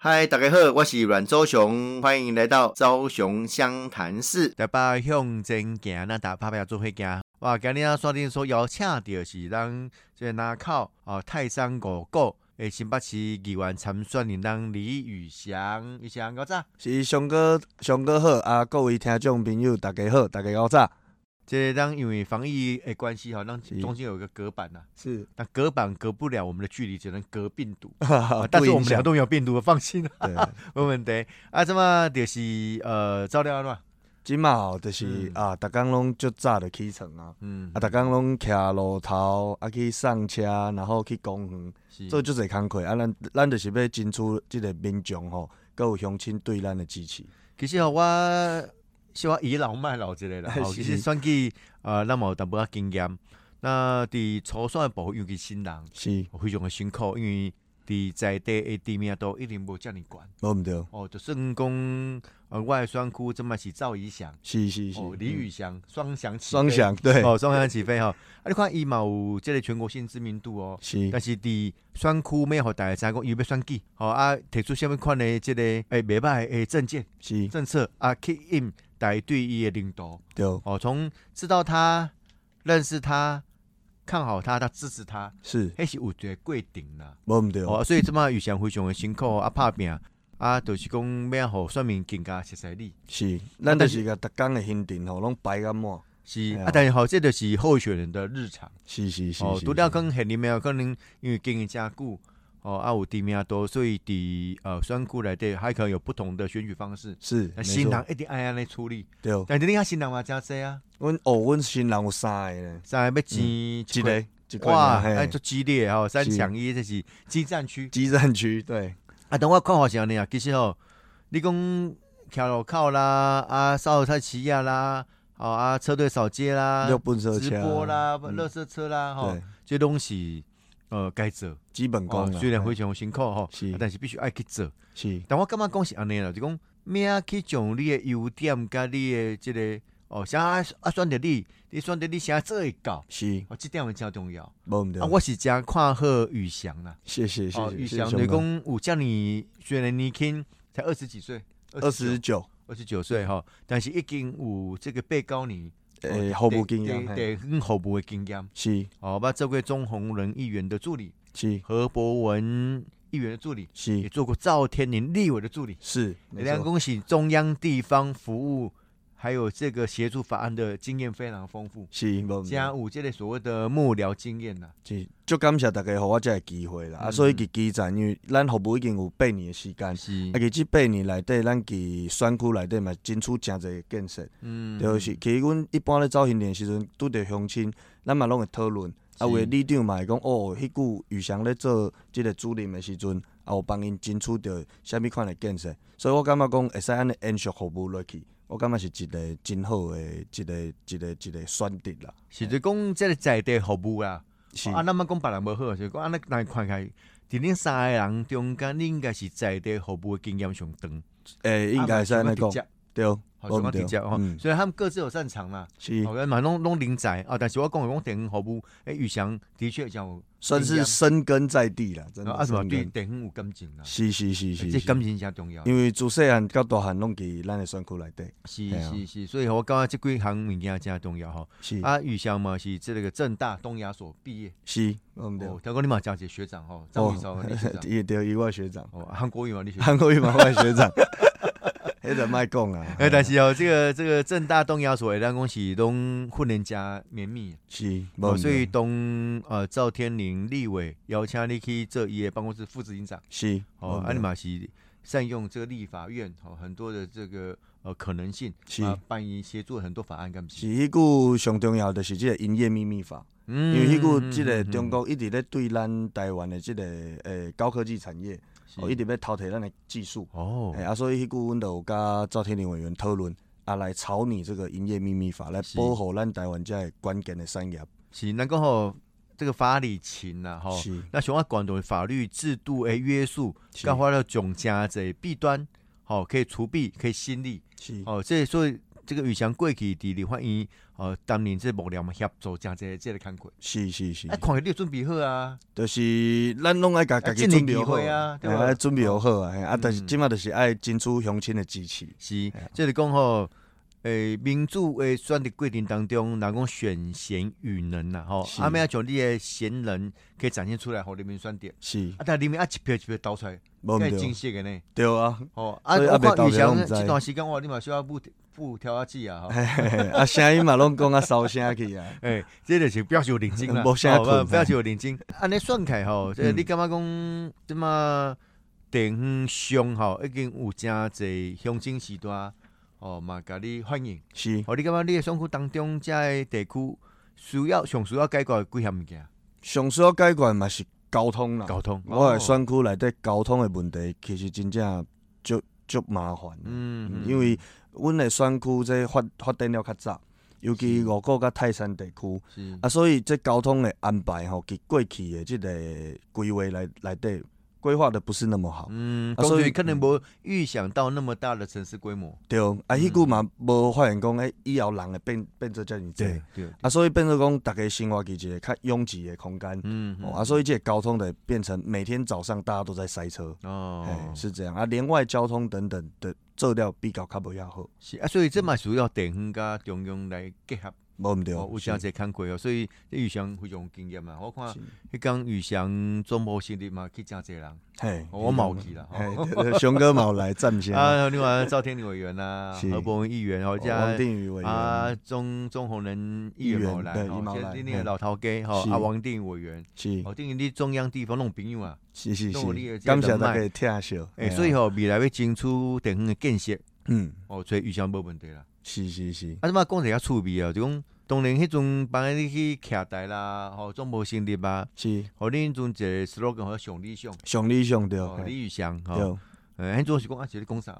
嗨，大家好，我是阮周雄，欢迎来到昭雄湘潭市。台北向前行，咱打拍拍做伙行。哇，今日咱山顶所邀请到是咱即个南口哦泰山五股诶新北市议员参选人咱李宇翔，宇翔高早。是上哥，上哥好啊！各位听众朋友，大家好，大家好早。即个咱因为防疫诶关系吼，哦咱是中间有一个隔板呐、 是，那隔板隔不了我们的距离，只能隔病毒。啊但但是我们俩都没有病毒，放心啦，对，没问题。啊，这么就是呃，照料安怎？即嘛吼，就是嗯啊，逐工拢足早就起床啊，嗯啊，，逐工拢徛路头，啊去送车，然后去公园，是做足侪工课啊。咱咱就是要争取即个民众吼，佮有乡亲对咱的支持。其实吼，我小可倚老卖老之 类啦。吼，其是实选举呃，咱嘛有淡薄仔经验。那伫初选的部分，尤其新人，是，非常的辛苦，因为伫在地的知名度一定无遮尔悬。无毋对，哦，就算讲呃，我的选区即嘛是赵怡翔、是是是哦，李宇翔双翔起飞双响对， 哦，双翔起飞吼。啊，你看伊嘛有即个全国性知名度哦。是但是伫选区咩，互大家知影讲伊要选举，吼、啊，提出什物款的即、个诶袂歹诶政见。是，政策啊，kick in 来对伊的领导对，哦，从知道他、认识他、看好他、他支持他，是，迄是有一个过程啦。无毋对，哦，所以即摆宇翔非常的辛苦啊，拍拼啊，就是讲要互选民更加熟悉你。是，啊咱但就是是甲逐工的行程吼，拢排甲满。是哎啊呀，但是吼，这就是候选人的日常是是是，哦。是除了讲很里面有可能因为经营加固哦，啊有知名度，所以伫呃选区内底还可能有不同的选举方式。是那新人没错一定爱安尼处理，对，但是你看新人嘛真济啊，阮哦，阮新人有三个呢，三嗯个要钱一个一个哇，嘿哎，足激烈吼，三是强一这是激战区。基站区对，啊，等我看法是安尼啊，其实吼，你讲徛路口啦，啊，扫菜市啊啦，哦啊，车队扫街啦，六本车直播啦，嗯垃圾车啦，吼对，，这拢是呃该做。基本哦功，啊虽然嘿非常辛苦吼，是啊但是必须爱去做。是但我感觉讲是安尼啦，就讲咩啊去将你的优点甲你的即个哦，啥啊选择你，你选择你啥做会到，是，哦，即点会真重要。无毋对啊，，我是真看好宇翔啦。谢谢谢哦，谢，宇谢谢翔熊雷哥公有叫你虽然年轻，才二十几岁，二十九，二十九岁哈，但是已经有这个被告你诶，服务经验，嘿对跟服务的经验。是哦，捌做过钟鸿伦议员的助理，是何博文议员的助理，也是做过赵天林立委的助理。是，嗯没两错恭喜中央地方服务，还有这个协助法案的经验非常丰富，是无毋对加有这个所谓的幕僚经验呐。是，足感谢大家互我遮个机会啦，啊，所以嗯伫基站，因为咱服务已经有八年的时间。是啊，，其实这八年内底，咱伫选区内底嘛，争取诚侪建设。嗯就是其实阮一般咧走巡演的时阵，拄着乡亲，咱嘛拢会讨论。是啊，有诶里长嘛会讲，哦，迄久宇翔咧做即个主任诶时阵，啊，有帮因争取着虾物款诶建设，所以我感觉讲会使安尼延续服务落去，我感觉是一个真好诶一个一个一个选择啦。是就讲这个在地服务啦。是，哦啊，咱们讲别人无好，就是讲啊，咱咱看起来，伫恁三个人中间，你应该是在地服务的经验上长，诶、应该会使安尼啊讲，，对，哦好想要我直们接哦对吼。嗯虽然他们各自有擅长啦，是，好，嘛拢拢人才啊，但是我讲的讲地方服务，诶，宇翔的确讲有，算是深耕在地啦，真的。啊什么深对耕地方有感情啦，是是是欸是嗯这是，感情真重要。因为自细汉到大汉拢伫咱诶选区内底，是对啊是是，所以我感觉这几项物件真重要吼。是、啊，宇翔嘛是这个正大东亚所毕业，是，我们对。哦，听讲你嘛讲一个学长吼，张宇超，你学长，也 对，一位 学长，哦，韩国语嘛，你学长。韩国语嘛，我的 学长，迄个卖讲啊，哎，但是哦，这个这个正大东亚所的咱讲是拢混人家绵密， 是，哦无所以当呃赵天林立委邀请你去做伊的办公室副执行长，是，哦，没啊你错嘛是善用这个立法院哦很多的这个呃可能性，是啊，办伊协助很多法案，干不是迄句上重要，就是即个营业秘密法，嗯因为迄句即个中，嗯嗯国一直咧对咱台湾的即个诶高科技产业，嗯哦是一直要偷摕咱的技术，哦哎，啊所以迄句阮就有甲赵天林委员讨论。啊，来草拟这个营业秘密法，来是保护咱台湾这个关键的产业。是能够吼这个法理情呐吼，是那像我广东的法律制度诶约束，是甲发了总加者弊端，吼可以除弊，可以新利。是哦，这所以这个宇翔过去伫立法院哦担任这幕僚嘛协助真侪这个工作，是是是啊，，看起你有准备好啊，就是咱拢爱家家己啊准备这好年纪啊对吧哎准备好啊，嘿啊，但是嗯即马就是爱争取乡亲的支持，是，这是讲吼，诶、民主诶选择过程当中，人讲选贤与能啦吼，是阿妹啊，将你诶贤能可以展现出来，互人民选择。是，啊，但人民啊一票一票投出来，无毋该真对，实诶呢。对啊， 吼，啊，所以还我没投看票宇翔都不知这段时间哇，你嘛需要不不挑啊子啊吼。嘿嘿嘿啊，声音嘛拢讲啊骚声去啊，诶、哎这就是表示有认 真啦，无啥哦困表示有认真。安尼算起来吼，即、你嗯感觉讲即么地方上吼，已经有真侪乡亲时代哦嘛，甲你反映。是哦，你感觉你的选区当中遮个地区需要上需要解决的几项物件？上需要解决嘛是交通啦，交通。我哦的，选区内底交通的问题其实真正足足麻烦的，嗯，因为阮的选区这发发展了较早，尤其五股甲泰山地区。是啊，所以这交通的安排吼，佮过去的即个规划内内底规划的不是那么好，嗯，啊当所然以可能无预想到那么大的城市规模。对。啊，嗯迄久嘛无发现讲，诶，以后人会变变做遮尔济，对，啊，所以变做讲，大家生活伫一个较拥挤的空间，嗯，哦，啊，所以这个交通的变成每天早上大家都在塞车，哦嘿，是这样啊，连外交通等等的做了比较较无遐好，是啊，所以这嘛需要地方甲中央来结合，无毋对，哦，有是真侪工课哦，所以这宇翔非常有经验嘛。我看是迄工宇翔总部成立嘛去真侪人，嘿，哦我嘛有去啦。吼嘿，对对熊哥嘛有来站先，哦 啊，另外赵天林委员啦， 是何伯文议员哦，王加定宇委啊员，，钟钟宏仁议议员员有来对吼伊嘛有这来你那个嘿老头家吼，是啊，王定委员，是哦，等于你中央地方弄朋友啊，是是都有你的是，这个感谢人脉大家的听惜。诶，嘿啊所以，吼，未来要争取地方的建设，嗯，哦，所以预算无问题啦。是是是，啊，即摆讲一下趣味哦，就讲当然迄阵帮你去徛台啦，吼，总无成立啊，是吼，恁迄阵一个 slogan 吼，上理想，上理想对，哦，嘿李宇翔，吼，对，诶，迄阵是讲啊，是咧讲啥？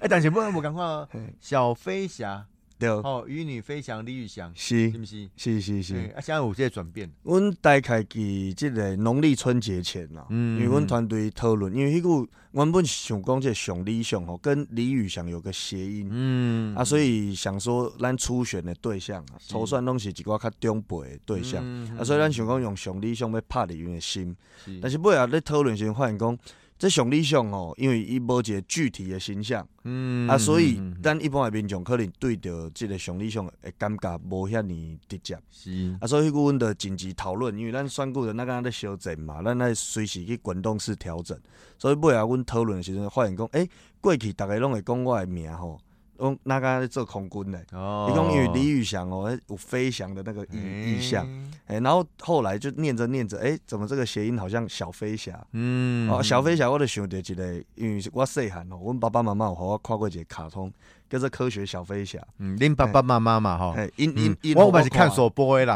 诶，但是无无共款哦，嘿小飞侠，对，吼，与你飞翔，李宇翔，是是毋是？是是诶是，啊，现在有这个转变，阮大概伫即个农历春节前啦，嗯因为阮团队讨论，因为迄句原本是想讲这个上理想吼，跟李宇翔有个谐音。嗯啊，所以想说，咱初选的对象啊，是初选拢是一寡较中辈的对象，嗯啊，所以咱想讲用上理想要拍入因的心，是但是尾啊咧讨论时候发现讲，这上理想吼，因为伊无一个具体的形象。嗯啊，所以嗯嗯嗯咱一般的民众可能对着即个常理上的感觉无遐尼直接，是啊，所以迄久阮着紧急讨论，因为咱选举人咱敢若咧修正嘛，咱爱随时去滚动式调整，所以尾仔阮讨论的时阵发现讲，诶、过去逐个拢会讲我的名吼，讲哪敢若咧做空军咧，哦伊讲因为李宇翔哦，那有飞翔的那个意、意象，，诶、哎然后后来就念着念着，诶、怎么这个谐音好像小飞侠？嗯哦，小飞侠，我就想到一个，因为是我细汉哦，阮爸爸妈妈有互我看过一个卡通，叫做《科学小飞侠》。嗯，恁爸爸妈妈嘛吼，嘿，因因嗯因，我嘛是看说，首播的啦，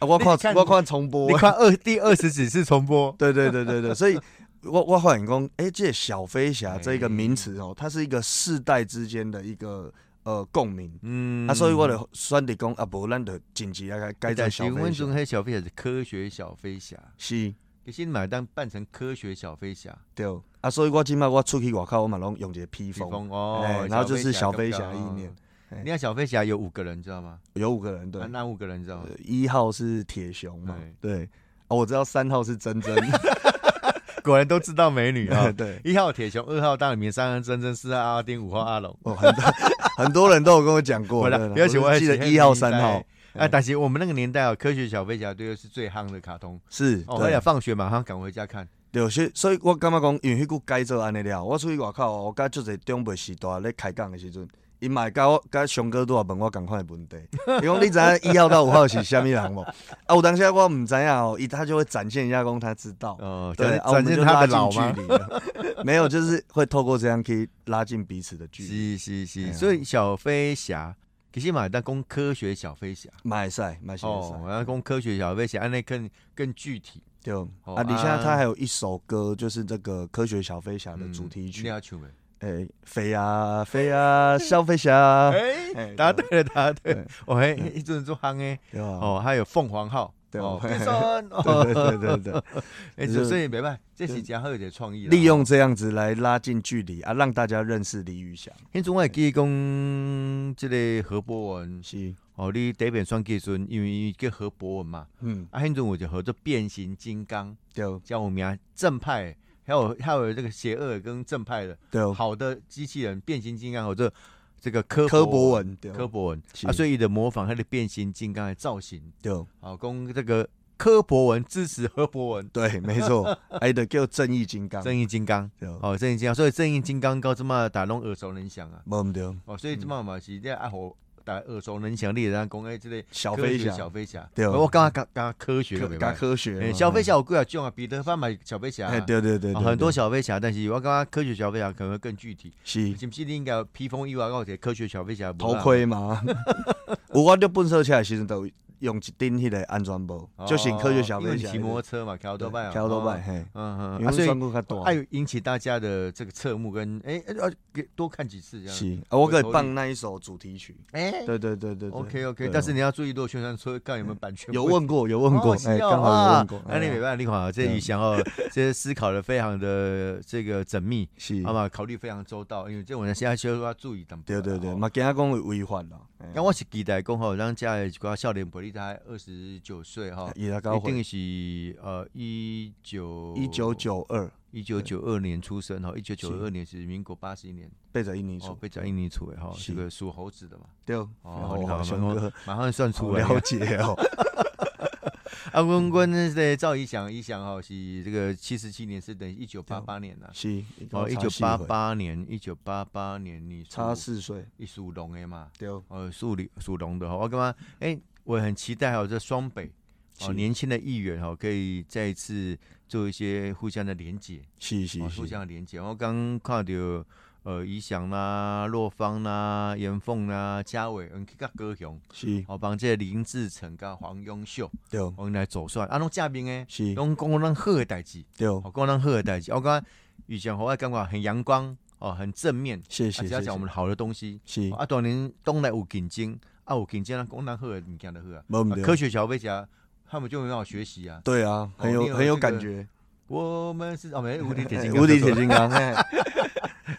啊我你看看我看重播你。看二第二十几次重播， 对对对对对，所以我我发现讲，诶，这个小飞侠这个名词哦，它是一个世代之间的一个呃共鸣嗯 啊，所以我就选择讲啊，无咱就紧急来改嗯哎但做是小阮飞阵侠。迄小飞侠是科学小飞侠，是，其实你买当扮成科学小飞侠，对。啊，所以我即摆我出去外口，我嘛拢用一个披披风，风哦哎，然后就是小飞侠小飞侠意念，哦你看小飞侠有五个人，你知道吗？有五个人对啊那。那五个人你知道吗呃？一号是铁熊嘛对，对，哦，我知道三号是珍珍，。果然都知道美女啊 对，一号铁熊，二号大明，三号真真，四号阿丁，五号阿龙。哦，很多很多人都有跟我讲过，我哦对了，对而且我还记得是一号、很期待三号。哎啊，但是我们那个年代哦，科学小飞侠队是最夯的卡通。是，哦，而且对，放学马上赶回家看。对，所以所以我感觉讲，因为迄句改做安尼了，我出去外口哦，我甲足侪长辈时代咧开讲的时阵，伊嘛会甲我甲熊哥都啊问我共款的问题，伊讲你知影一号到五号是虾物人无？啊， 有当时我毋知影哦，伊他就会展现一下讲他知道，哦，对，啊我展们现就他拉的近老距吗？离了 没有，就是会透过这样可以拉近彼此的距离。是是是，哎呀所以小飞侠其实嘛，但讲科学小飞侠马来西亚，马来西哦，亚，然后讲科学小飞侠，安尼更更具体对啊，哦而且啊他还有一首歌，就是这个《科学小飞侠》的主题你曲，要唱没？哎，飞呀飞呀， 小飞侠，哎，哎答对了，答对了哦我对，还一阵做夯哎，对吧？哦，还有凤凰号，对哦吧，变酸，对哦，对对对对，哎，就是所以袂歹，这是真好一个创意啦。哦利用这样子来拉近距离啊，让大家认识李宇翔。迄阵我会记讲，即个何博文，是，哦，你第一遍选技阵，因为伊叫何博文嘛，嗯，啊，迄阵有一个合作变形金刚，对叫有名正派的，还有还有这个邪恶的跟正派的，对，好的机器人变形金刚合作这个科柯博博文对柯博文哦是啊，所以伊的模仿他的变形金刚的造型，对哦，讲这个柯博文支持何博文，对，没错，哎，的叫正义金刚，正义金刚，对，哦，正义金刚，所以正义金刚到即嘛大家拢耳熟能详啊，无毋对，哦，所以即嘛嘛是这爱互大家耳熟能详，你会当讲诶，即个小科飞学侠，小飞侠，哦对我感觉刚刚科学科个加科学诶，嘛，小飞侠有几啊种啊，彼得潘嘛是小飞侠啊，哎，对对对，哦对很多对小飞侠，但是我感觉科学小飞侠可能会更具体。是是不是你应该有披风以外，还有一个科学小飞侠的帽头啊？盔 嘛。有啊我就粪扫车的时阵，就用一顶迄个安全帽，就是科学小哦因为飞你侠骑摩托车嘛，桥多啊拜，跳多摆，。嘿，嗯嗯，因啊为所算以过较大。爱引起大家的这个侧目跟哎哎呃给多看几次这样。是，啊，我可回头以率放那一首主题曲。哎对对对对对，OK OK，对啊但是你要注意，如果宣传车看有没有版权问题。有问过，有问过，哦是哎，哦刚好有问过啊。那你没哎办法，你看这对宇翔哦， 这思考的非常的这个缜密，是好，嘛，考虑非常周到，因为这种人现在需要注意淡薄啦。对对对，哦嘛，今仔讲有违法啦。哎那我是期待讲吼，咱遮的一寡少年培力才二十九岁吼，哎伊来搞一回定是呃一九一九九二，一九九二年出生哦吼，一九九二是年是民国八十一年，背着印尼哦，出，被讲印尼出的吼，是这个属猴子的嘛，对，哦，哦你看，熊马上哥马上算好出来了了。解哦，啊，阮阮那个赵一翔，一翔吼是这个七十七年，是等于一九八八年呐。是， 哦，一九八，八年，一九八八年你差四岁，一属龙的嘛，对，哦，属龙属龙的吼，我感觉哎、我很期待哦，这双北哦是年轻的议员哦，可以再一次做一些互相的连接，是是哦，互是，相的连接。我刚看到呃，怡翔啦、洛芳啦、严凤啦、嘉伟，嗯，去到高雄，是，哦，帮这个林志成跟黄永秀，对，我们来走算，啊，拢嘉宾诶，是，拢讲咱好的代志，对，哦，讲咱好的代志。我感觉怡翔我感觉很阳光哦，很正面，谢啊谢，只要谢讲我们谢，好的东西。是哦，啊，当然当然有竞争，啊有竞争，咱讲咱好的物件就好啊。没问啊题科学小飞侠，他们就很好学习啊。对啊，很你有有很有这感个觉，我们是哦，没无敌铁金哎刚， 无敌 铁金刚，啊嘿刚，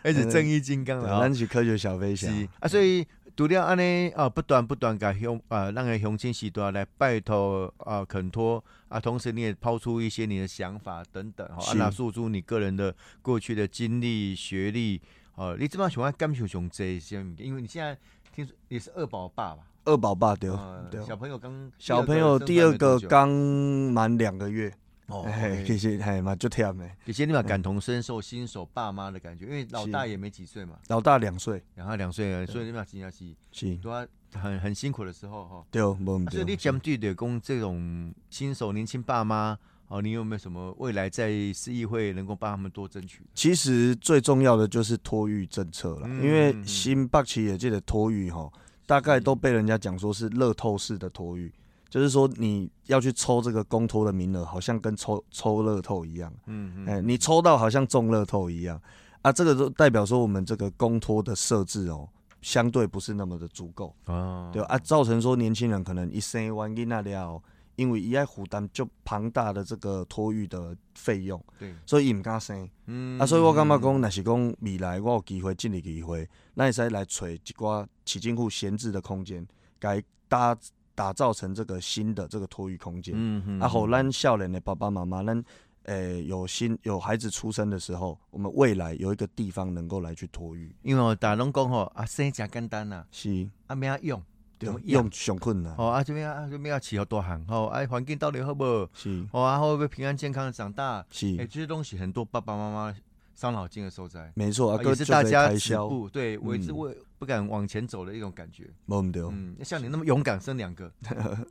而且正义金刚了啊咱。是科学小飞侠，是啊，所以除了安尼啊，不断不断甲乡啊，让个乡亲时代来拜托啊，肯托啊，同时你也抛出一些你的想法等等，吼，啊，是那诉诸你个人的过去的经历、学历，哦、你这么喜欢感受上这些物件，因为你现在听说你是二宝爸吧？二宝爸对呃对，小朋友刚小朋友第二个刚刚满两个月，哦哎， ，OK 其实哎嘛就忝的，有些你嘛感同身受新手爸妈的感觉，因为老大也没几岁嘛，老大两岁，然后两岁而已，所以你嘛真正是是，都要很很辛苦的时候哈。对，无毋啊所以你对，针对的讲这种新手年轻爸妈哦，你有没有什么未来在市议会能够帮他们多争取？其实最重要的就是托育政策了，嗯因为新北企业界的托育哈，大概都被人家讲说是乐透式的托育，就是说你要去抽这个公托的名额，好像跟抽抽乐透一样，嗯嗯，哎、你抽到好像中乐透一样啊，这个都代表说我们这个公托的设置哦，相对不是那么的足够，哦对吧啊，造成说年轻人可能一生完囡仔了后，啊因为伊爱负担就庞大的这个托育的费用，对，所以伊毋敢生。嗯啊，所以我感觉讲，若是讲未来我有机会进入机会，咱会使来找一寡市政府闲置的空间，该搭打造成这个新的这个托育空间。嗯嗯啊，好，嗯咱少年的爸爸妈妈，咱诶、有新有孩子出生的时候，我们未来有一个地方能够来去托育，因为哦大家拢讲吼，啊生真简单呐，是啊没啊用，对怎么样用上困难，哦啊这边啊这边要饲好大汉，吼啊环境到底好不好？是哦啊会不会平安健康的长大？哎，是，这些东西很多爸爸妈妈伤脑筋的所在。没错嗯哦啊，也个是就大在家开止销，步，对，我一直嗯为不敢往前走的一种感觉。没唔对，嗯，像你那么勇敢生两 个，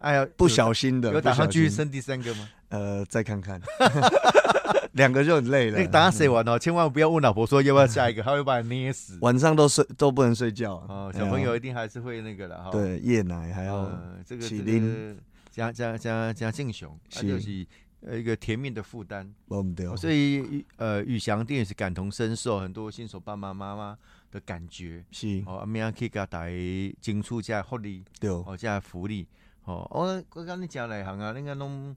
哎呀，不有小心的，有打不算小继续心，生第三个吗？呃，再看看， 两个就很累了，那个打死完哦，千万不要问老婆说要不要下一个，她会把你捏死。晚上都睡都不能睡觉啊哦，嗯哎呀小朋友一定还是会那个了哈。，对哎夜奶还要嗯，这个起这个灵加加加加敬雄，他是就是呃一个甜蜜的负担。我们对哦，所以呃，宇翔定也是感同身受很多新手爸爸妈妈的感觉。是哦，阿明可以给他带争取这些福利，对哦，这些福利。吼、我我讲你诚内行啊，恁敢拢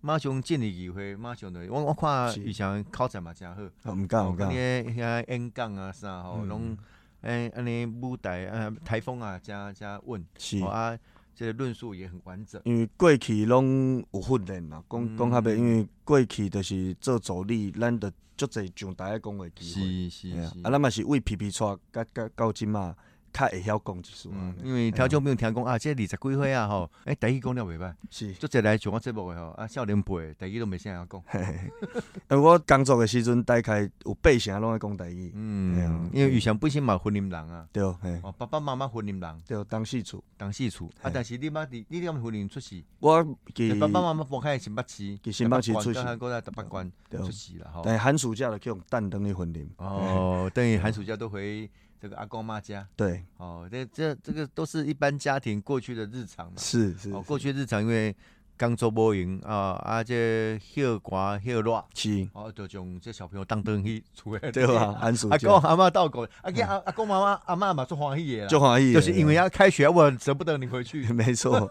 马上建立机会，马上就我我看是玉祥口才嘛诚好，哦啊毋敢吼毋讲敢你，的遐演讲啊啥吼，嗯拢诶安尼舞台啊台风啊诚诚稳，是吼、啊，这个论述也很完整，因为过去拢有训练啦，嗯讲讲较白，因为过去就是做助理，咱着足侪上台咧讲话机是会。是嘿啊是啊，。咱嘛是为皮皮带甲甲到即嘛，较会晓讲一丝仔嗯呢。因为听众朋友听讲啊，这二十几岁啊吼，诶，第一讲了袂歹，是， 足侪来上我节目诶吼，啊，少年辈第一都袂啥晓讲，嘿嘿嘿呃我工作的时阵，大概有八成拢爱讲台语，嘿嗯啊，因为玉祥本身嘛婚姻人啊，对，嘿，哦，爸爸妈妈婚姻人，对，当四处。当四处，啊，嘿但是你妈伫你踮婚姻出世，我你其爸爸妈妈分开新北市，去新北市出世还过来北关对出世啦吼，但寒暑假就去用蛋登去婚礼。哦，等于寒暑假都回这个阿公妈家，对，哦，这这这个都是一般家庭过去的日常嘛，是是哦，过去日常因为工作无闲啊，啊，这啊歇寒歇热。 是，哦，就将这小朋友当灯去厝诶，对吧？？寒暑阿公假阿嬷到狗，阿啊阿阿公妈妈阿嬷嘛做欢喜的就啦，欢喜的，就是因为要开学，我舍不得你回去。 没错，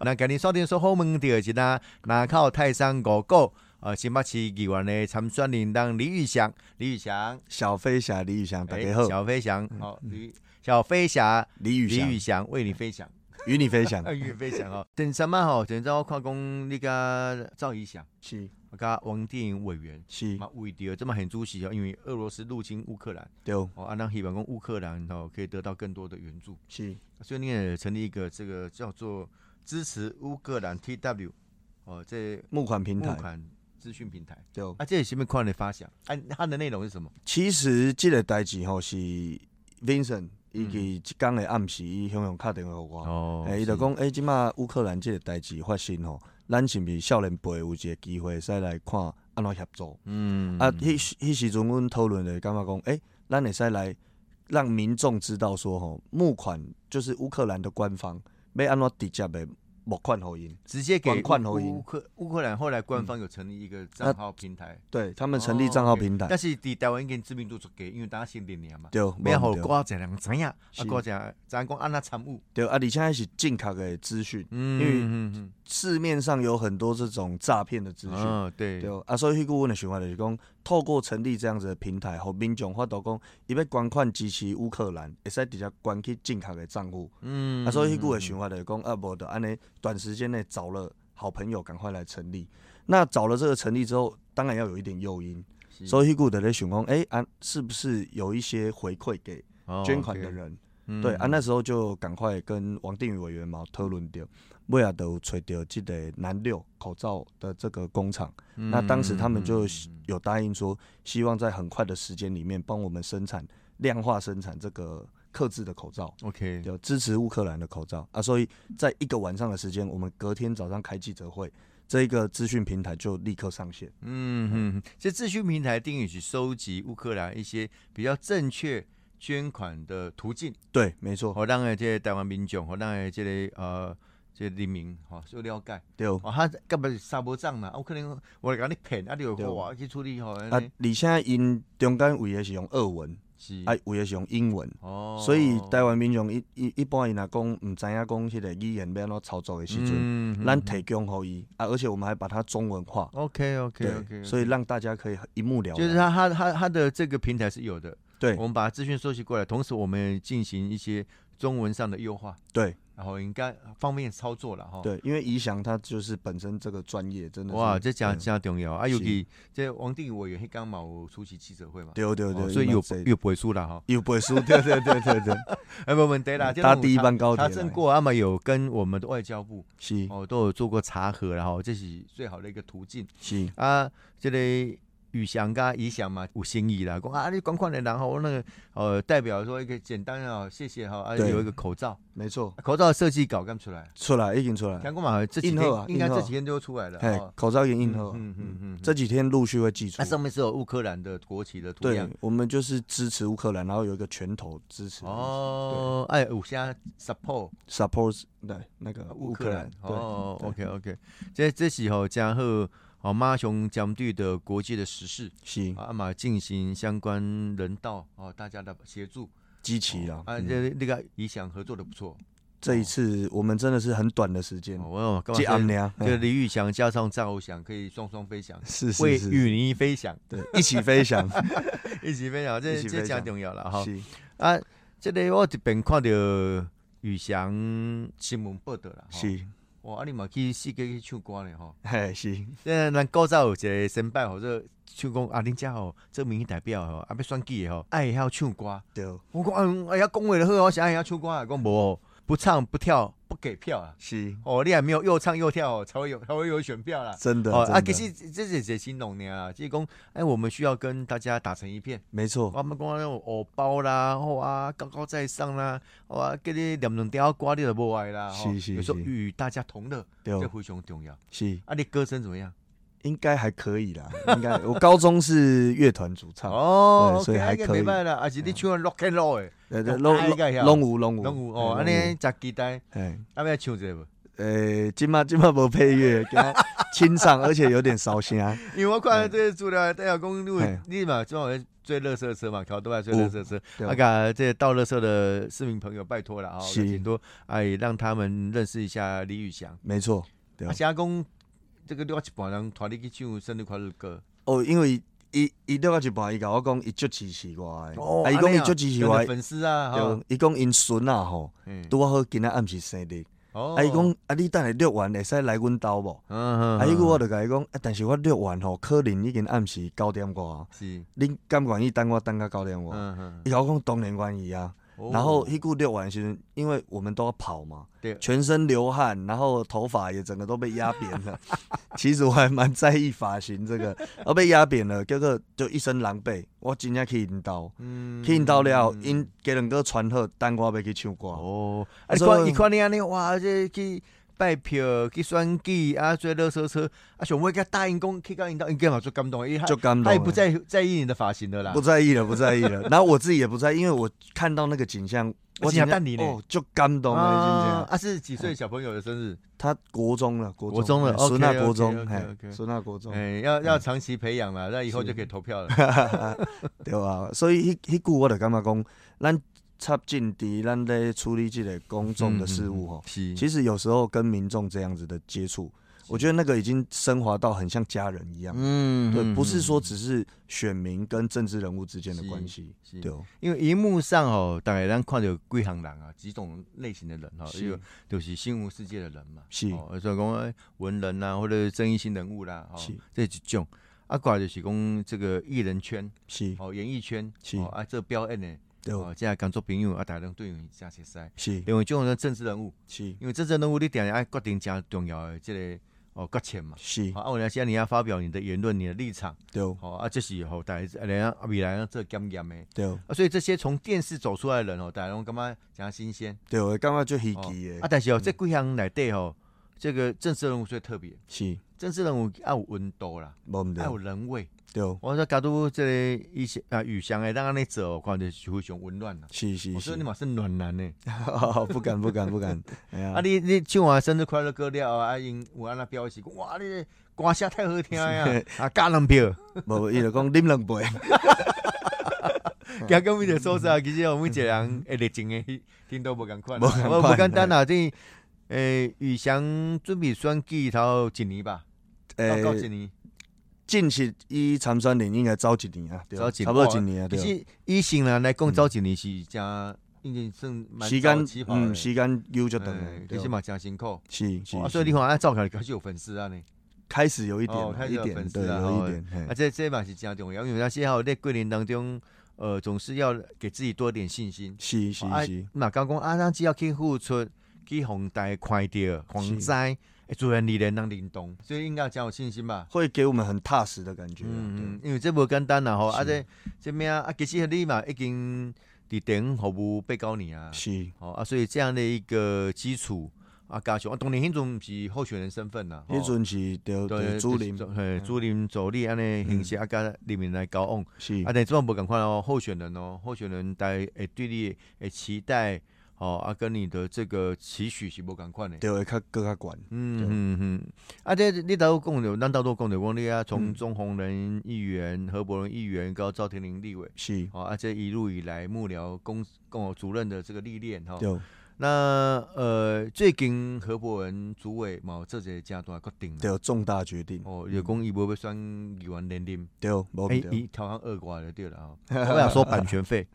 那今日锁定说好问题是呐，南靠泰山五股，呃，新北市议员的参选人当李玉祥，李玉祥，小飞侠李宇翔，大哎家好，小飞翔，好，李小飞侠，李嗯宇李翔玉祥为你飞翔，与你分 享啊，，与你飞翔哦。等什么吼？等阵我看讲你甲赵怡翔，是甲王定颖委员。是，嘛，为着这么很主席哦，因为俄罗斯入侵乌克兰，对，哦，啊，那希望讲乌克兰哦可以得到更多的援助，是所以你也成立一个这个叫做支持乌克兰 TW 哦这募款平募台，款资讯平台对。啊，这也是面款的发想，啊，它的内容是什么？其实即个代志吼是 Vincent 伊去即工的暗时，伊向向敲电话互我，嗯哎哦诶，伊就讲，诶，即马乌克兰即个代志发生吼，咱是毋是少年辈有一个机会使来看安怎协助？嗯啊，迄时迄时阵阮讨论的感觉讲，诶，咱会使来让民众知道说吼，募款就是乌克兰的官方要安怎直接的募款互因，直接给管款乌而已乌克乌克兰后来官方有成立一个账号平台，对他他们成立账号平台，但是伫台湾已经知名度足低，因为大家先零年嘛，对，没有无好毋对瓜仔人知影，啊是瓜仔咱讲安那参悟，对啊，而且还是正确的资讯，嗯因为嗯嗯市面上有很多这种诈骗的资嗯，讯。啊对对，啊，所以迄句阮的想法就是讲，透过成立这样子的平台，互民众发度讲，伊要捐款支持乌克兰，会使直接捐去正确的账户。嗯啊，所以迄嗯句的嗯想法就是讲，啊，无就安尼短时间内找了好朋友，赶快来成立。那找了这个成立之后，当然要有一点诱因，是所以迄句的咧想讲，诶、啊，是不是有一些回馈给哦捐款的 OK 人？嗯对啊，那时候就赶快跟王定宇委员嘛讨论掉，尾啊都找到这个南六口罩的这个工厂。嗯那当时他们就希有答应说，希望在很快的时间里面帮我们生产量化生产这个克制的口罩， OK，有支持乌克兰的口罩啊。所以在一个晚上的时间，我们隔天早上开记者会，这一个资讯平台就立刻上线。嗯嗯，这资讯平台定义去收集乌克兰一些比较正确捐款的途径，对，没错，好让诶这个台湾民众，好让诶这个呃。这个人民吼，所了解对。哦，他根本沙无账嘛，有可能我甲你骗，啊，你有对我去处理吼，啊安尼，而且因中间有的是用俄文，是啊，有的是用英文。哦所以台湾民众一一一般伊若讲毋知影讲迄个语言要安怎操作的时阵，嗯咱提供互伊啊，而且我们还把它中文化， OK OK 对 OK，所以让大家可以一目了然。就是他他他他的这个平台是有的，对我们把资讯收集过来，同时我们进行一些中文上的优化，对然后应该方便操作了哈。，对，因为怡翔他就是本身这个专业真的是哇，这讲嗯讲重要啊，尤是其这王定宇委员迄刚嘛有出席记者会嘛，对对哦对，所以有这有不会输 了哈。有背书，对对对对对，哎，没问题啦，这搭种嗯第一查班高铁查来嗯证过，他们有跟我们的外交部是哦都有做过查核啦，然后这是最好的一个途径是啊，这个。宇翔跟怡翔嘛，有心意啦，讲啊，你光看的，然后那个呃，代表说一个简单哦，谢谢哈，啊，对有一个口罩，没错，口罩的设计稿刚出来，出来已经出来，听讲嘛，这几印天好啊应该印好这啊几天就出来了。嘿哦，口罩已经印好，嗯嗯嗯嗯这几天陆续会寄出它。上面是有乌克兰的国旗的图对样。，我们就是支持乌克兰，然后有一个拳头支持哦，哎，有些 support ，support 对那啊个乌克兰，对哦对，OK OK，这这时候加贺哦马雄针对的国际的时事是啊嘛进行相关人道哦大家的协助。机器啦，啊，嗯这那个理想合作的不错，这一次我们真的是很短的时间哦，我有接干嗯暗嘛？娘，就李宇翔加上赵翔可以双双飞翔，是 为是是，与你飞翔，对，一起 飞翔，一起飞翔，这一这起飞真翔重要啦吼。是啊，这个我一边看到宇翔新闻报道啦，吼，是，哇，啊你嘛去四界去唱歌呢吼。嘿是，现在咱古早有一个先拜，或者唱讲啊，恁遮吼做民意代表的吼，啊要选举的吼，爱会晓唱歌。对，我讲，嗯，哎呀，讲话就好，我是爱会晓唱歌啊。讲无哦，不唱不跳不给票啊。是，哦，你还没有又唱又跳哦，才会有才会有选票啦。真的，哦啊，真其的实这这是一个形容尔啦，就是讲，哎，我们需要跟大家打成一片。没错，我们讲那种偶包啦，吼啊，高高在上啦，吼啊，给你念两条歌你就无爱啦。吼是是哦有时候是与大家同乐，这对，非常重要。是，啊，你歌声怎么样？应该还可以啦，应该，我高中是乐团主唱，哦，对所以 OK，还那个可没以嗯办啦，啊而是你唱 rock and roll 的，呃，有爱对哦啊应该有龙舞龙舞拢有哦，安尼，嗯食鸡蛋，哎，啊，要唱一个无？呃，今麦今麦无配 乐，给他清唱，而且有点烧声，因为我看这个资料，代表公路嘿，哦你嘛专门追垃圾车嘛，搞都爱追垃圾车。对啊，噶这到垃圾的市民朋友，拜托了啊，是很多哎，让他们认识一下李宇翔。没错。对啊，霞公，这个我一般人带你去唱生日快乐歌，哦，因为伊伊了到一半，伊甲我讲，伊足支持我的，哦啊，伊安讲尼伊啊足支持我跟的，着粉丝啊，哈对，伊讲因孙啊吼，嗯，拄好今仔暗是生日，哦啊，伊讲，啊，你等下录完会使来阮兜无？嗯，啊，迄句我就甲伊讲，啊，但是我录完吼，可能已经暗时九点外啊，是，恁敢愿意等我等到九点外？嗯嗯伊甲我讲当然愿意啊，哦然后迄句录完的时阵，因为我们都要跑嘛对，全身流汗，然后头发也整个都被压扁了。 其实我还蛮在意发型这个，而被压扁了，结果就一身狼狈。我真正去因兜，嗯去因兜了，因给两个传好，等我要去唱歌。哦，啊，啊你所看，以你看你安尼，哇，这去拜票、去选举啊，做热车车，啊，想要甲答应讲去到引导，应该嘛最感动的，因为他就感动他也不了在在意你的发型的啦不。在意了，不在意了。 然后我自己也不在意，因为我看到那个景象，我真的真等你的呢哦，就感动了，真啊的。啊，是几岁小朋友的生日？他国中了，国国中了孙娜 OK，OK，国中，嘿 OK，OK，OK 孙娜国中。哎，要要长期培养啦，那以后嗯是就可以投票 了。对啊，所以迄迄句我就感觉讲，咱插进敌，咱咧处理这个公众的事务吼、嗯是，其实有时候跟民众这样子的接触，我觉得那个已经升华到很像家人一样。嗯对，不是说只是选民跟政治人物之间的关系，嗯是对哦，因为荧幕上哦，大概咱看到几行人啊，几种类型的人哦，是有就是新闻世界的人嘛，是哦，所以讲哎文人啦、或者是争议性人物啦，哦是，这一种。啊，过来就是讲这个艺人圈，是，哦，演艺圈，是哦，啊，这表演的，对哦，哦，这工作朋友啊，大家对应加些塞。是另外一种呢，政治人物，是因为政治人物你定定爱决定真重要的这个哦决策嘛，是哦，，啊，有当时啊你要发表你的言论、你的立场，对哦哦，啊，这是吼大家人家未来啊这检验的。对哦啊，所以这些从电视走出来的人哦，大家拢感觉讲新鲜。对哦，感觉就稀哦奇啊，的，但是哦，这几项内底哦，这个政治人物最特别，是，政治人物要有温度啦，无毋对啊要，有人味。对哦，我说，假如这个一些啊雨翔诶，让安尼走，我看就是非常温暖啦。是是我说是哦你， 嘛是暖男呢，不敢不敢 不敢，哎啊呀，你你唱完生日快乐歌了后啊，因有安那表示，哇，你这歌声太好听 呀，啊加两票，无伊就讲 啉两杯。加讲每个所在，其实我们每一个人诶热情 诶， 听都无共款啦，无同款无无简单啦，这诶雨翔准备选举头一年吧，到到一诶，年，近期伊参选人应该早一年啊，对早吧一年哦差不多一年啊，其对吧。实以新人来讲，嗯早一年是真已经算蛮时早间起跑的嗯，时间悠就长哎了，其对实吧嘛真辛苦。是是啊，是，所以你看，啊，照起来开始有粉丝啊呢，开始有一点哦开啊，始一有粉点丝对，啊有哦一点，啊，嘿这这嘛是真重要，因为那些好在桂林当中，呃，总是要给自己多点信心。是哦啊是是，嘛，讲讲啊，咱只要去付出，去宏大看到防灾，会自然你能能灵动，所以应该真有信心吧。会给我们很踏实的感觉啊，嗯嗯，因为这无简单啦吼，啊是这这咩啊，啊其实你嘛已经伫顶服务八九年啊对，，是哦啊，所以这样的一个基础啊，加上啊，当年迄阵不是候选人身份啦，吼迄阵是嗯对对哦就主是林做嘿，主任助理安尼形式啊，甲里面来交往，是啊，但这种无共款哦，候选人哦，候选人大家会对你诶期待，哦，啊，跟你的这个期许是无共款的。对会较更较悬，对嗯嗯嗯，啊，这你头讲着，咱头都讲着，讲你啊，从嗯钟鸿仁议员、何伯伦议员到赵天麟立委，是哦，啊，这一路以来幕僚公共主任的这个历练哈，对那呃，最近何伯文主委嘛有做一个正大的决定啊，对，重大决定，哦，就讲伊无要选议员连任，对，无毋哎，对，伊调行恶寡就对 了啊。我想说版权 费，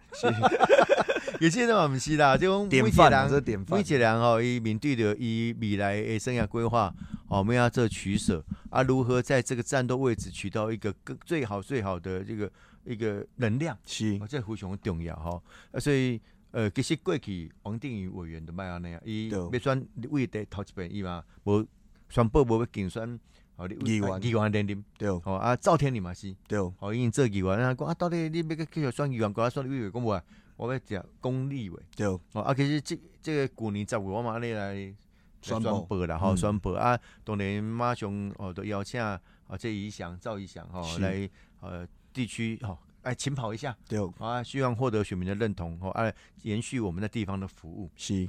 有些人嘛不是啦，就讲每典一个范啊，人，这是典每范一，个人吼，伊面对着伊未来的生涯规划，哦，我们要做取舍啊，如何在这个战斗位置取到一个更最好最好的这个一个能量。是哦，，这非常重要吼、啊，所以呃，其实过去王定宇委员都莫安尼啊，伊对要选立委第头一遍伊嘛，无宣布无要竞选，哦，立委议啊员议员连任，对哦啊，赵天林嘛是，对哦，因做议员啊，讲啊，到底你要继续选议员，搁啊选立委讲无啊，我要食公立委，对，哦啊，其实即即个旧年十月我嘛安尼来来宣布布啦，吼、嗯宣布啊，当然马上哦都邀请哦这怡翔赵怡翔吼是来呃地区吼。哎，勤跑一下，对，啊，希望获得选民的认同，吼、哦，啊，延续我们在地方的服务。是，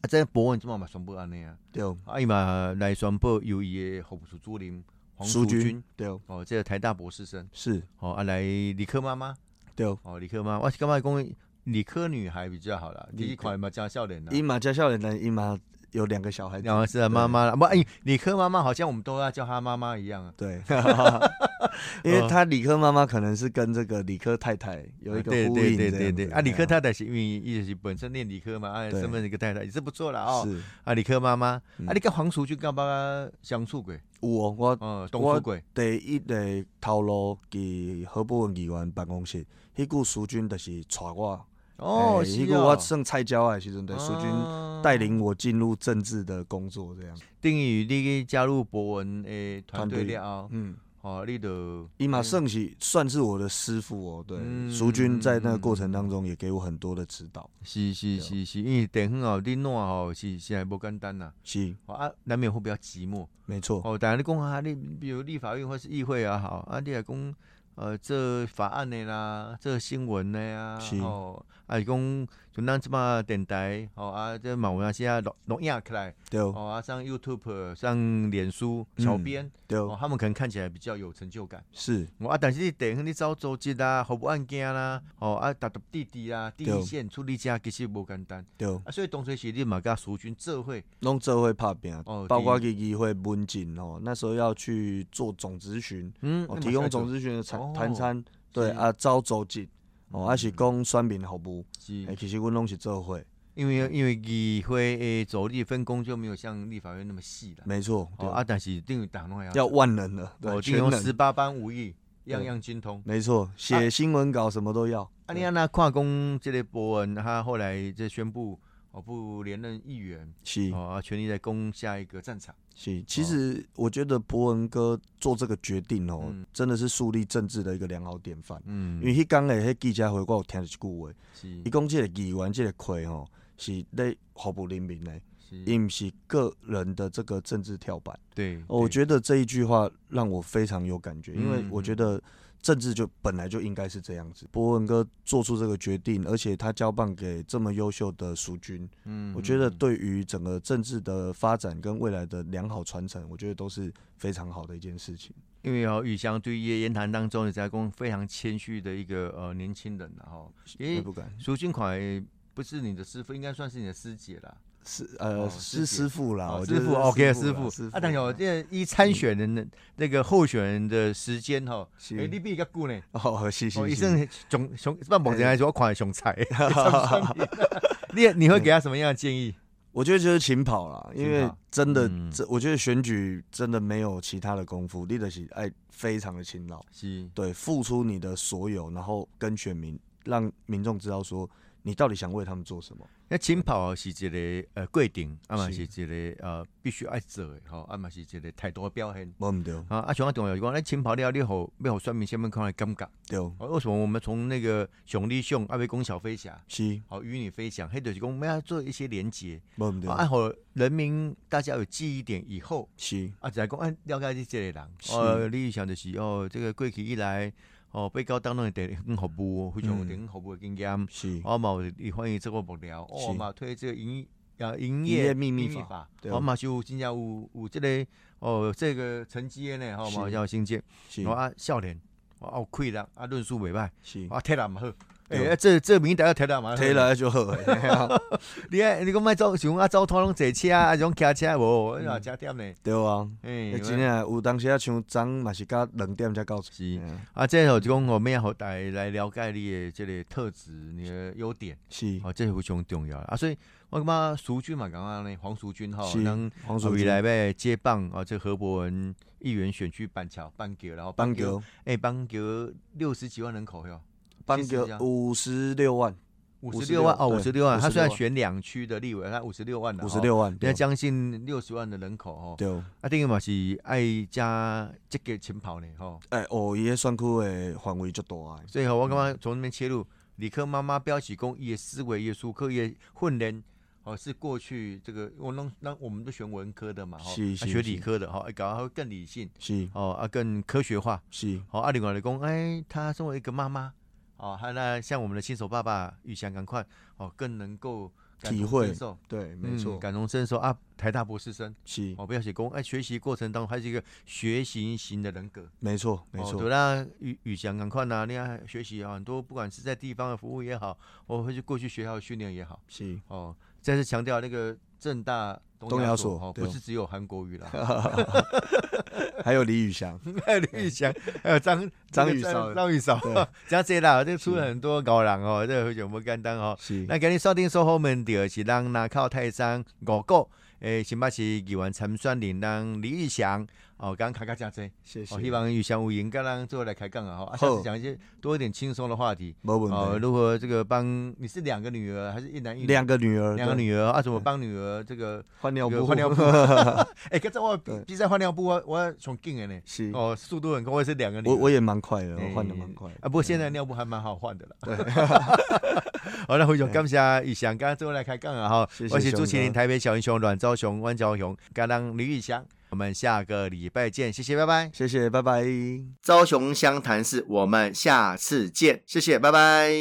啊，这博文怎么嘛宣布安尼啊？对，啊，伊嘛来宣布由伊的服务处主任黄淑苏君军，，对，哦，这个台大博士生，是，哦，啊来理科妈妈，对，哦，理科妈，我是感觉讲理科女孩比较好啦，第理一款嘛加笑脸啦。伊嘛家少年，但伊嘛有两个小孩子，然后是妈妈啦，不，哎，理科妈妈好像我们都要叫她妈妈一样啊。 对，因为他理科妈妈可能是跟这个理科太太有一个对呼对应，对对对，啊，理科太太太是因为伊就是本身念理科嘛，啊，对身份是一个太太也是不错了哦。是啊，理科妈妈，嗯啊，你跟黄淑君干嘛相处过？有哦，我哦，董我书过，第一个头路伫何伯文议员办公室，迄句苏军就是带我，哦，嘿是迄句哦我，算菜鸟的时阵，对苏军啊带领我进入政治的工作这样，定于你加入博文的团队团队了后，嗯。哦，你就伊嘛算是算是我的师傅哦，对，嗯苏军在那个过程当中也给我很多的指导，是是对是是，因为地方哦，你弄哦是是还无简单呐，是哦啊，难免会比较寂寞。没错，哦，当然你讲啊，你比如立法院或是议会啊，好啊，你来讲呃，这法案的啦，这新闻的啊，是哦，啊是讲像咱即马电台，哦啊，这嘛有啊些录录影起来。对哦啊，上 YouTube、上脸书、嗯小编、对哦，他们可能看起来比较有成就感。是，哦啊，但是你等下你走组织啦、服务案件啦、哦啊，达到弟弟啦、第一对线处理者其实无简单对。啊，所以当初是你嘛甲苏军做伙拢做会拍拼哦，包括去议会文件哦，那时候要去做总咨询，嗯哦，提供总咨询的哦餐谈餐，对是嗯啊，招组织，哦，啊是讲选民服务，诶，是，其实阮拢是做会，因为因为议会的组织分工就没有像立法院那么细了。没错，对啊哦，啊，但是等于党拢要要万能的，对，我全金融哦十能，八般武艺，样对样精通。没错，写新闻稿什么都要，啊，你安那跨工这个博文，他后来这宣布哦不连任议员，是哦啊，全力在攻下一个战场。是，其实我觉得博文哥做这个决定哦嗯，真的是树立政治的一个良好典范，嗯因为迄天诶，迄记者会我有听一句话，是伊讲即个议员即个会吼，是咧服务人民诶。是，伊毋是个人的这个政治跳板。对，哦我得觉得这一句话让我非常有感觉，因为嗯我觉得政治就本来就应该是这样子。博文哥做出这个决定，而且他交棒给这么优秀的蜀军，嗯我觉得嗯对于整个政治的发展跟未来的良好传承，我觉得都是非常好的一件事情。因为哦，宇翔对于言谈当中，也在讲非常谦虚的一个呃年轻人，然后也诶，不敢苏俊凯不是你的师傅，应该算是你的师姐啦。是呃哦师姐是师傅啦，哦我觉师得傅，OK，师师啦傅师。傅啊，但有这一参选人的那个候选人的时间吼，是诶，你比较久呢。哦，是哦，是医是，生熊熊，半目前来说，我看熊菜。 你你会给他什么样的建议？我觉得就是勤跑啦，因为勤跑真的，嗯这我觉得选举真的没有其他的功夫，立得起哎，非常的勤劳，是对，付出你的所有，然后跟选民让民众知道说你到底想为他们做什么。那勤跑是一个呃规定，啊嘛是是一个呃必须爱做的吼，啊嘛是一个态度的表现。我们丢啊啊，上个重要是讲，咱勤跑了，你好，要好选民下面看的感觉。丢哦为什么我们从那个熊立熊啊，要讲小飞侠，是，好与你飞翔，黑就是讲我们要做一些连接，我们啊，丢啊好人民大家有记忆点以后，是，啊，就来讲，啊，了解你这个人，是哦，你想就是哦，这个过去以来，哦，被告当中的地方服务，非常有嗯地方服务的经验，是我哦嘛有也欢迎这个幕僚，是哦嘛推这个营啊营营业业秘密法法，对哦我嘛是有真正有有这个哦这个成绩的呢，吼哦是嘛叫新进，是哦啊我啊少年，我有气力，啊论述袂歹，啊是啊体力嘛好，诶、对哦啊这这名单要摕来嘛？提来就好诶。嘿啊你爱你讲卖走，想啊走拖拢坐车啊，种骑车无，那车点呢？哎对 啊，诶欸嗯真诶有当时啊，像昨嘛是到两点才到。是嗯啊，这吼就讲吼，咩好大家来了解你的这个特质、你的优点，是哦，这是非常重要的啊。所以我感觉淑君嘛，刚刚呢，黄淑君吼，是咱黄啊淑未君来要接棒啊，这何伯文议员选区板桥板桥，然后板，桥，诶，板桥六十几万人口哟，板其实桥这样五十六万，五十六万哦，五十六万，对他虽然56万选两区的立委，他五十六万的，五十，六万，哦人家对将近六十万的人口哦，对。啊，等于嘛是爱加积极晨跑呢吼。诶，哦，伊迄选区诶范围足大诶，所以吼，我感觉从那边切入，理科妈妈标起公伊的思维、伊的术科、伊的训练，哦，是过去这个我弄那我们都选文科的嘛，吼，是啊是学理是科的，吼，哎搞得会更理性，是哦，啊更科学化，是好、啊，另外来讲，哎，她身为一个妈妈，哦，她那像我们的新手爸爸玉祥，赶快哦，更能够感体同会身受。对，嗯没错，嗯感同身受啊！台大博士生是哦，不要写工，哎，学习过程当中，他是一个学习型的人格，没错没哦，错对，啦，宇宇翔赶快呐，你看学习啊，很多不管是在地方的服务也好，我会去过去学校训练也好，是 哦，再次强调那个正大东东亚亚所所哦，对不是只有韩国语啦，还有李宇翔， 李宇哎翔还有张张那个宇韶张宇嫂对，讲这啦，这出了很多高人哦，这很久不简单哦。是那今日锁定收后门的是咱南靠泰山五股诶，新北市议员参选人咱李玉祥哦，刚卡卡真济，谢哦，希望玉祥有闲跟咱做来开讲啊，吼，啊，下好次讲一些多一点轻松的话题没哦，问题。如何这个帮你是两个女儿还是一男一女？两个女儿，两个对女儿啊，怎么帮女儿这个换尿这个布，？换尿布哎，刚才我比对比赛换尿布，我我从近的呢， 是，哦，速度很快，我也是两个女儿。我我也蛮快的，我换的哎蛮快的。嗯啊，不过现在尿布还蛮好换的啦。对， 好，那非常感谢宇翔，刚刚最后来开讲啊哈谢，谢我是主持人熊哥台北小英雄阮昭雄、阮昭雄，刚刚李宇翔，我们下个礼拜见，谢谢，拜拜。谢谢，拜拜。昭雄湘潭市，我们下次见，谢谢，拜拜。